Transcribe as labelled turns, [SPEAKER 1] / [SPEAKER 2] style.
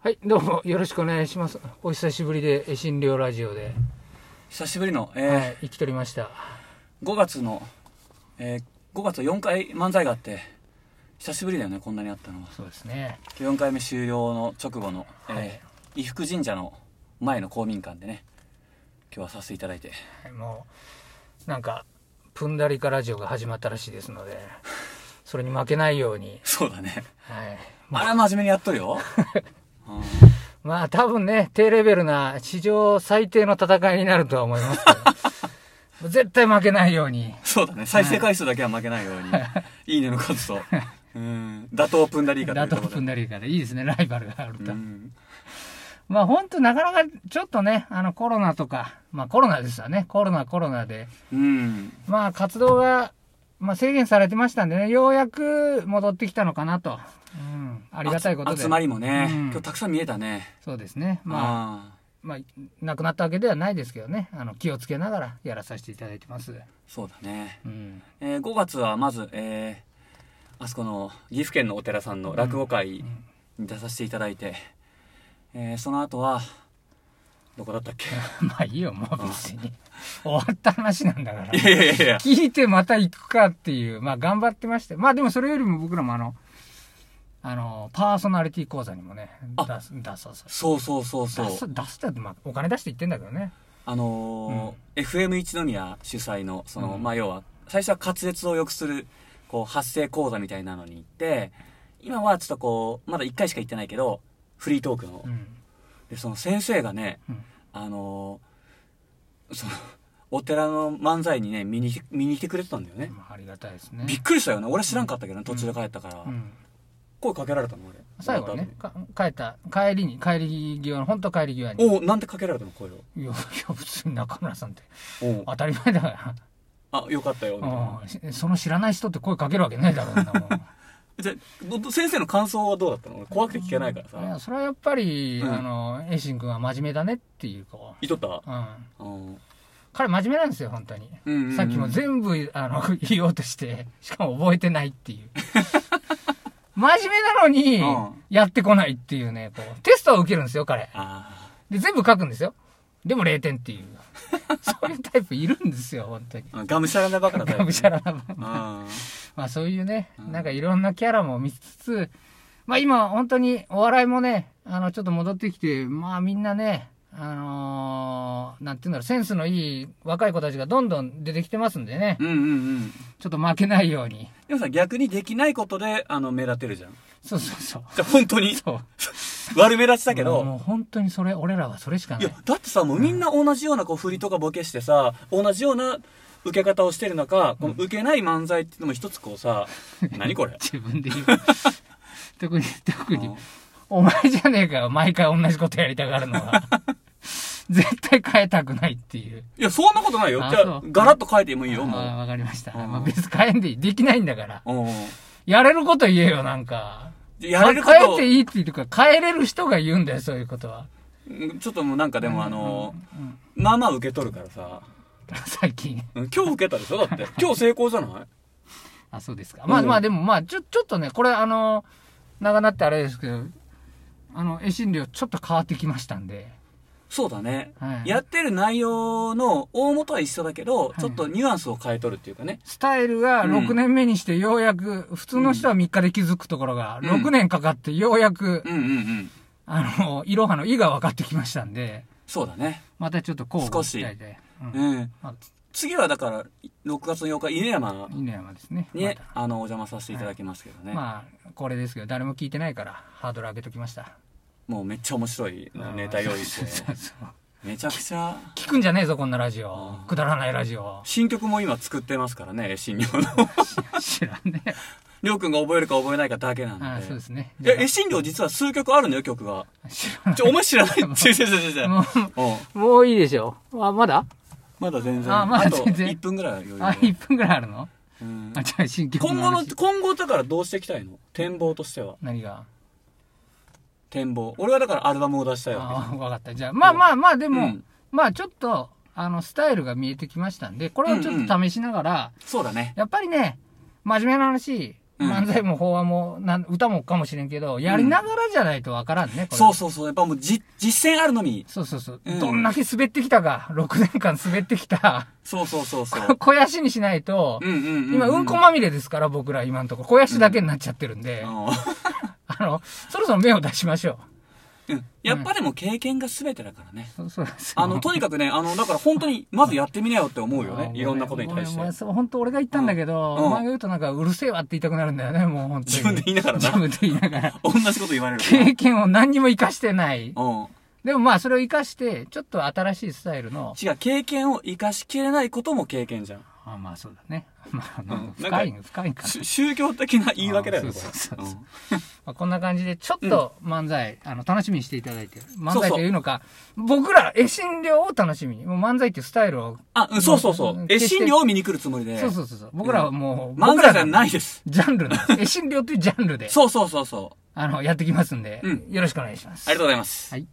[SPEAKER 1] はい、どうもよろしくお願いします。お久しぶりで、え診療ラジオで、
[SPEAKER 2] 久しぶりの、えー
[SPEAKER 1] はい、生きとりました。
[SPEAKER 2] 5月の、えー5月は4回漫才があって久しぶりだよねこんなにあったのは
[SPEAKER 1] そうですね。
[SPEAKER 2] 4回目終了の直後の、えー
[SPEAKER 1] はい
[SPEAKER 2] 伊福神社の前の公民館でね今日はさせていただいて
[SPEAKER 1] はいもう、なんか、プンダリカラジオが始まったらしいですので、それに負けないように、
[SPEAKER 2] そうだね
[SPEAKER 1] はい。
[SPEAKER 2] あら真面目にやっと るようん
[SPEAKER 1] まあ多分ね、低レベルな史上最低の戦いになるとは思いますけど、 もう絶対負けないように、
[SPEAKER 2] そうだね再生回数だけは負けないよう にいいねの数とうん打倒プンダリーカとい
[SPEAKER 1] ラ
[SPEAKER 2] うと
[SPEAKER 1] ト
[SPEAKER 2] こ
[SPEAKER 1] ッ
[SPEAKER 2] ろ
[SPEAKER 1] プンダリカでいいですね、ライバルがある
[SPEAKER 2] で
[SPEAKER 1] と。
[SPEAKER 2] うん
[SPEAKER 1] まあ本当なかなかちょっとね、あのコロナとか、まあコロナですよね、コロナコロナで、
[SPEAKER 2] うん
[SPEAKER 1] まあ活動が、まあ制限されてましたんでね、ようやく戻ってきたのかなと。うん、ありがたいことで。
[SPEAKER 2] 集まりもね、
[SPEAKER 1] うん
[SPEAKER 2] 今日たくさん見えたね
[SPEAKER 1] そうですね。まあ、
[SPEAKER 2] あー
[SPEAKER 1] まあ、亡くなったわけではないですけどね、あの気をつけながらやらさせていただいてます。
[SPEAKER 2] そうだね
[SPEAKER 1] うん。
[SPEAKER 2] えー5月はまず、えーあそこの岐阜県のお寺さんの落語会に出させていただいて、えーその後はどこだったっけ
[SPEAKER 1] まあいいよ、もう別に。終わった話なんだから。
[SPEAKER 2] いやいやいや
[SPEAKER 1] 聞いてまた行くかっていう、まあ頑張ってまして。まあでもそれよりも僕らもあの、あの、パーソナリティ講座にもね、
[SPEAKER 2] あ
[SPEAKER 1] 出す、出させて。
[SPEAKER 2] そうそうそうそ
[SPEAKER 1] 出す、
[SPEAKER 2] う
[SPEAKER 1] 出すってやって、まあお金出して言ってんだけどね。
[SPEAKER 2] あのー FM 一宮主催のその、
[SPEAKER 1] うん
[SPEAKER 2] まあ要は最初は滑舌を良くするこう発声講座みたいなのに行って今はちょっとこうまだ1回しか行ってないけどフリートークの、
[SPEAKER 1] うん。
[SPEAKER 2] でその先生がね
[SPEAKER 1] うん
[SPEAKER 2] あのーそのお寺の漫才にね見に見に来てくれてたんだよね、
[SPEAKER 1] まあ、ありがたいですね。
[SPEAKER 2] びっくりしたよね俺知らんかったけどね途中で帰ったから、
[SPEAKER 1] うん、
[SPEAKER 2] 声かけられたの俺
[SPEAKER 1] 最後ねか帰った帰りに帰り際の本当帰り際に
[SPEAKER 2] おおなんでかけられたの声を
[SPEAKER 1] いやいや 普通に中村さんって
[SPEAKER 2] おう
[SPEAKER 1] 当たり前だか
[SPEAKER 2] あよかったよみたい
[SPEAKER 1] ら
[SPEAKER 2] な、
[SPEAKER 1] うんしその知らない人って声かけるわけないだろうな もん
[SPEAKER 2] じゃどど先生の感想はどうだったの俺怖くて聞けないから
[SPEAKER 1] いや
[SPEAKER 2] さ
[SPEAKER 1] それはやっぱり、
[SPEAKER 2] うん
[SPEAKER 1] あのエイシン君は真面目だねっていうこ
[SPEAKER 2] いとった
[SPEAKER 1] う、うん、
[SPEAKER 2] うん
[SPEAKER 1] 彼真面目なんですよ本当に、
[SPEAKER 2] うんうんうん
[SPEAKER 1] さっきも全部あの 言おうとしてしかも覚えてないっていう 真面目なのに、
[SPEAKER 2] うん
[SPEAKER 1] やってこないっていうねこうテストを受けるんですよ彼
[SPEAKER 2] あ
[SPEAKER 1] で、全部書くんですよ。でも0点っていう。 そういうタイプいるんですよ、本当に。
[SPEAKER 2] ーあがむしゃらなバカなタイプ、
[SPEAKER 1] がむしゃらなまま。
[SPEAKER 2] あ
[SPEAKER 1] まあそういうね、
[SPEAKER 2] うん
[SPEAKER 1] なんかいろんなキャラも見つつ、まあ今本当にお笑いもね、あのちょっと戻ってきて、まあみんなね、あのーなんていうんだろう、センスのいい若い子たちがどんどん出てきてますんでね
[SPEAKER 2] う、んうんうん
[SPEAKER 1] ちょっと負けないように。
[SPEAKER 2] でもさ逆にできないことであの目立てるじゃん
[SPEAKER 1] そうそうそう。
[SPEAKER 2] じゃ本当に
[SPEAKER 1] そう。
[SPEAKER 2] 悪目立ちだけど、
[SPEAKER 1] もうもう本当にそれ、俺らはそれしかない
[SPEAKER 2] や
[SPEAKER 1] い。、
[SPEAKER 2] だってさ、もうみんな同じようなこう振りとかボケしてさ、同じような受け方をしてる中、この受けない漫才っていうのも一つこ うさ、何これ
[SPEAKER 1] 自分で言う。 特に、特に
[SPEAKER 2] うん。
[SPEAKER 1] お前じゃねえかよ、毎回同じことやりたがるのは。 絶対変えたくないっていう。
[SPEAKER 2] いや、そんなことないよ。
[SPEAKER 1] あ
[SPEAKER 2] じゃ
[SPEAKER 1] そ
[SPEAKER 2] あ
[SPEAKER 1] う、
[SPEAKER 2] ガラッと変えてもいいよ、
[SPEAKER 1] あー
[SPEAKER 2] も
[SPEAKER 1] わかりました。
[SPEAKER 2] うん
[SPEAKER 1] まあ、別に変えんでいい。できないんだから。
[SPEAKER 2] う。うん。
[SPEAKER 1] やれること言えよ、なんか。
[SPEAKER 2] やれるこ
[SPEAKER 1] 変え
[SPEAKER 2] と
[SPEAKER 1] ていいっていうか、変えれる人が言うんだよ、そういうことは。
[SPEAKER 2] うん、ちょっともうなんかでもあの、
[SPEAKER 1] うん、
[SPEAKER 2] まあまあ受け取るからさ、
[SPEAKER 1] 最近。
[SPEAKER 2] うん今日受けたでしょだ って。今日成功じゃない
[SPEAKER 1] あ、そうですか。まあ
[SPEAKER 2] うん
[SPEAKER 1] まあ、でもまあ、ちょ、ちょっとね、これあの、長なってあれですけど、あの、絵心量ちょっと変わってきましたんで。
[SPEAKER 2] そうだね。
[SPEAKER 1] はい
[SPEAKER 2] やってる内容の大元は一緒だけど
[SPEAKER 1] い、
[SPEAKER 2] ちょっとニュアンスを変えとるっていうかね。
[SPEAKER 1] スタイルが
[SPEAKER 2] うん
[SPEAKER 1] 6年目にしてようやく、普通の人は3日で気づくところが、
[SPEAKER 2] うん
[SPEAKER 1] 6年かかってようやく、
[SPEAKER 2] うんうんうん。
[SPEAKER 1] あの、いろはの意が分かってきましたんで、
[SPEAKER 2] そうだね。
[SPEAKER 1] またちょっと交互
[SPEAKER 2] 少し
[SPEAKER 1] 期待で。うん
[SPEAKER 2] うん。
[SPEAKER 1] ま
[SPEAKER 2] 次はだから、6月の8日、犬山
[SPEAKER 1] あ犬山ですね。
[SPEAKER 2] に、
[SPEAKER 1] また
[SPEAKER 2] あの、お邪魔させていただきますけどね。
[SPEAKER 1] まあ、これですけど、誰も聞いてないから、ハードル上げときました。
[SPEAKER 2] もうめっちゃ面白いネタ用意
[SPEAKER 1] うん
[SPEAKER 2] し
[SPEAKER 1] そう
[SPEAKER 2] て
[SPEAKER 1] そ。うそう
[SPEAKER 2] めちゃくちゃ、
[SPEAKER 1] 聞くんじゃねえぞ、こんなラジオ
[SPEAKER 2] あ。。
[SPEAKER 1] くだらないラジオ
[SPEAKER 2] 新曲も今作ってますからね、新寮の。
[SPEAKER 1] 知らんね。
[SPEAKER 2] りょうくんが覚えるか覚えないかだけなんで。
[SPEAKER 1] ああそうですね。
[SPEAKER 2] いや、え、新寮実は数曲あるのよ、曲が。
[SPEAKER 1] 知ら
[SPEAKER 2] ちょ、お前知らない違う違う違う違 う。
[SPEAKER 1] も
[SPEAKER 2] うん
[SPEAKER 1] う、もういいでしょ。あ、まだ
[SPEAKER 2] まだ全然。
[SPEAKER 1] あまだ
[SPEAKER 2] と
[SPEAKER 1] 全然
[SPEAKER 2] 1分ぐらい
[SPEAKER 1] あ、
[SPEAKER 2] 余裕。
[SPEAKER 1] 1分ぐらいあるの
[SPEAKER 2] うん
[SPEAKER 1] あ、じゃあ、新曲
[SPEAKER 2] 今後の、
[SPEAKER 1] 話
[SPEAKER 2] 今後だからどうしていきたいの展望としては。
[SPEAKER 1] 何が
[SPEAKER 2] 展望。俺はだからアルバムを出したいわけじゃん
[SPEAKER 1] ああ、分かった。じゃあ、まあまあまあ、でも、
[SPEAKER 2] うん
[SPEAKER 1] まあちょっと、あの、スタイルが見えてきましたんで、これをちょっと試しながら、
[SPEAKER 2] そうだね。
[SPEAKER 1] やっぱりね、真面目な話、
[SPEAKER 2] うん
[SPEAKER 1] 漫才も法話もなん歌もかもしれんけど、やりながらじゃないとわからんね、これ
[SPEAKER 2] そうそうそう。やっぱもうじ実践あるのみ。
[SPEAKER 1] そうそうそう、
[SPEAKER 2] うん
[SPEAKER 1] どんだけ滑ってきたか、6年間滑ってきた、
[SPEAKER 2] そうそうそう そう。
[SPEAKER 1] 肥やしにしないと、
[SPEAKER 2] うんうんうん、
[SPEAKER 1] 今、うんこまみれですから、僕ら今のところ。肥やしだけになっちゃってるんで、
[SPEAKER 2] う
[SPEAKER 1] あの、そろそろ目を出しましょ
[SPEAKER 2] んうんやっぱでも経験が全てだからね。
[SPEAKER 1] う。そそうなんですよ
[SPEAKER 2] あの、とにかくね、あの、だから本当に、まずやってみなよって思うよ
[SPEAKER 1] あ
[SPEAKER 2] ね
[SPEAKER 1] ご。め
[SPEAKER 2] いろんなことに対し
[SPEAKER 1] ごめんお前
[SPEAKER 2] て。
[SPEAKER 1] そう本当俺が言ったんだけど、
[SPEAKER 2] うん
[SPEAKER 1] お前が言うとなんか、うるせえわって言いたくなるんだよね、もう本当に。
[SPEAKER 2] 自分で言いながらな
[SPEAKER 1] 自分で言いながら。
[SPEAKER 2] 同じこと言われるから。
[SPEAKER 1] 経験を何にも活かしてない。
[SPEAKER 2] うん。
[SPEAKER 1] でもまあ、それを活かして、ちょっと新しいスタイルの、
[SPEAKER 2] 違う、経験を生かしきれないことも経験じゃん。
[SPEAKER 1] あまあそうだね。まあ、あの
[SPEAKER 2] うん
[SPEAKER 1] 深い、深いから。
[SPEAKER 2] し宗教的な言い訳だよね、
[SPEAKER 1] あー
[SPEAKER 2] こ
[SPEAKER 1] そう
[SPEAKER 2] れ。
[SPEAKER 1] そう
[SPEAKER 2] う
[SPEAKER 1] そうんまあ、こんな感じで、ちょっと漫才、あの、楽しみにしていただいてる。漫
[SPEAKER 2] そう
[SPEAKER 1] 才
[SPEAKER 2] そう
[SPEAKER 1] というのか、僕ら、絵心料を楽しみに。もう漫才っていうスタイルを、。
[SPEAKER 2] あ、うんそうそうそううんえ、診療を見に来るつもりで。
[SPEAKER 1] そうそうそうそう。僕らはもう、。
[SPEAKER 2] 漫才じゃないいです。
[SPEAKER 1] ジャンルなんです。絵心料というジャンルで、
[SPEAKER 2] そうそうそうそう。
[SPEAKER 1] あの、やってきますんで、
[SPEAKER 2] うん
[SPEAKER 1] よろしくお願いします。
[SPEAKER 2] ありがとうございます。
[SPEAKER 1] はい。